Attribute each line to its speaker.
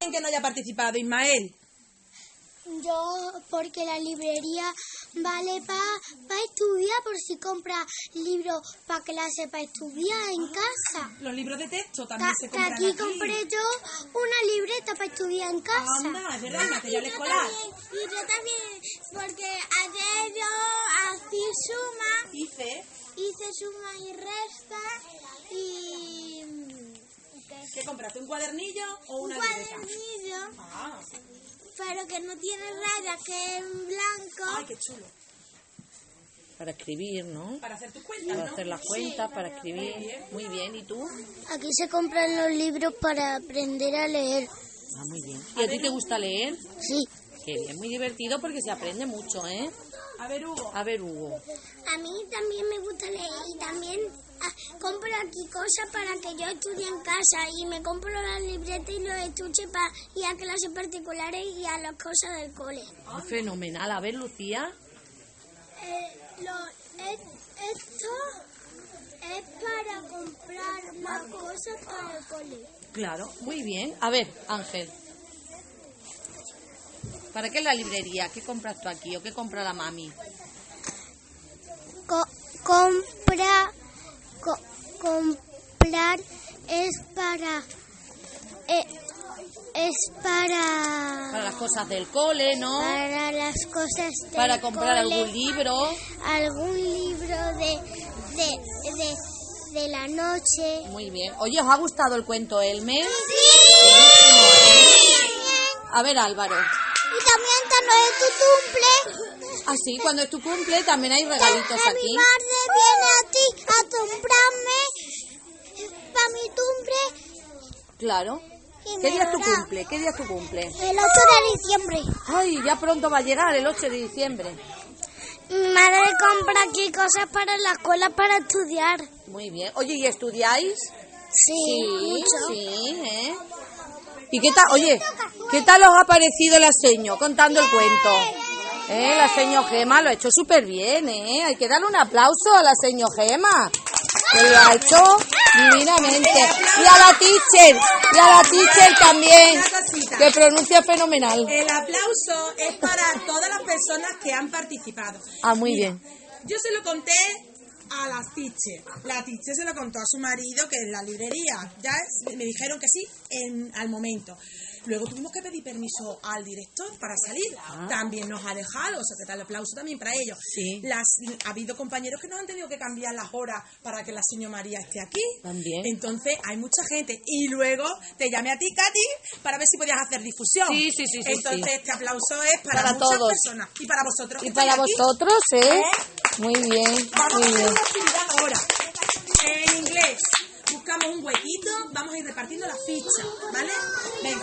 Speaker 1: alguien que no haya participado, Ismael?
Speaker 2: Yo, porque la librería vale para pa estudiar, por si compra libros para clase, para estudiar en casa.
Speaker 1: Los libros de texto Ah, también
Speaker 2: Ta-
Speaker 1: se
Speaker 2: ta-
Speaker 1: compran
Speaker 2: aquí compré yo una libreta para estudiar en casa.
Speaker 1: Anda, es
Speaker 2: Ah,
Speaker 1: verdad, material escolar.
Speaker 2: y yo también, porque ayer yo así suma,
Speaker 1: Hice,
Speaker 2: hice suma y resta y
Speaker 1: ¿qué compraste? ¿Un cuadernillo o una libreta? Ah,
Speaker 2: pero que no tiene rayas, que es blanco.
Speaker 1: ay, qué chulo.
Speaker 3: Para escribir, ¿no?
Speaker 1: Para hacer tus cuentas,
Speaker 3: Para
Speaker 1: ¿no?
Speaker 3: hacer las cuentas, para escribir. Muy bien, ¿y tú?
Speaker 2: Aquí se compran los libros para aprender a leer.
Speaker 3: Ah, muy bien. ¿Y a ti te gusta leer?
Speaker 2: Sí.
Speaker 3: Que es muy divertido porque se aprende mucho, ¿eh?
Speaker 1: A ver, Hugo,
Speaker 3: A ver, Hugo.
Speaker 2: A mí también me gusta leer y también ah, compro aquí cosas para que yo estudie en casa y me compro las libretas y los estuches para ir a clases particulares y a las cosas del cole.
Speaker 3: Ah, Fenomenal. A ver, Lucía.
Speaker 2: Eh, esto es para comprar más cosas para el cole.
Speaker 3: Claro, muy bien. A ver, Ángel. ¿Para qué es la librería? ¿Qué compras tú aquí o qué compra la mami?
Speaker 2: compra co- comprar es para eh, es
Speaker 3: Para
Speaker 2: para
Speaker 3: las cosas del cole, ¿no?
Speaker 2: para las cosas del
Speaker 3: Para comprar
Speaker 2: cole,
Speaker 3: algún libro.
Speaker 2: algún libro de de, de de la noche
Speaker 3: Muy bien. Oye, ¿os ha gustado el cuento Elmer? A ver, Álvaro.
Speaker 2: y también cuando es tu cumple
Speaker 3: Así, Ah, cuando es tu cumple también hay regalitos
Speaker 2: mi
Speaker 3: aquí.
Speaker 2: madre viene a ti a comprarme para mi cumple
Speaker 3: Claro.
Speaker 2: y
Speaker 3: ¿Qué
Speaker 2: me
Speaker 3: día es tu
Speaker 2: dará
Speaker 3: cumple? ¿Qué día es tu cumple?
Speaker 2: el 8 de diciembre
Speaker 3: Ay, ya pronto va a llegar el 8 de diciembre.
Speaker 2: Mi madre compra aquí cosas para la escuela para estudiar.
Speaker 3: Muy bien. Oye, ¿y estudiáis?
Speaker 2: Sí,
Speaker 3: sí, ¿eh? ¿Y qué tal? Oye, ¿qué tal os ha parecido la seño contando el cuento? ¿Eh? La seño Gema lo ha hecho súper bien, ¿eh? Hay que darle un aplauso a la seño Gema. Que lo ha hecho divinamente. Y a la teacher, y a la teacher también, que pronuncia fenomenal.
Speaker 1: el aplauso es para todas las personas que han participado.
Speaker 3: Ah, muy bien.
Speaker 1: Yo se lo conté a la Tiche. La Tiche se lo contó a su marido, que es la librería. Ya es- me dijeron que sí en, al momento. Luego tuvimos que pedir permiso al director para salir. También nos ha dejado, o sea, que tal aplauso también para ellos.
Speaker 3: Ah. Sí.
Speaker 1: Las, ha habido compañeros que nos han tenido que cambiar las horas para que la señora María esté aquí.
Speaker 3: También.
Speaker 1: Entonces hay mucha gente. Y luego te llamé a ti, Katy, para ver si podías hacer difusión.
Speaker 3: Sí, sí, sí, sí,
Speaker 1: Entonces
Speaker 3: sí.
Speaker 1: este aplauso es para,
Speaker 3: Para
Speaker 1: muchas
Speaker 3: todos.
Speaker 1: personas. Y para vosotros. que
Speaker 3: Y para
Speaker 1: estáis aquí.
Speaker 3: vosotros, ¿eh? Muy bien,
Speaker 1: Vamos a
Speaker 3: muy
Speaker 1: hacer
Speaker 3: bien.
Speaker 1: una actividad ahora. En inglés. Buscamos un huequito, vamos a ir repartiendo la ficha, ¿vale? Venga.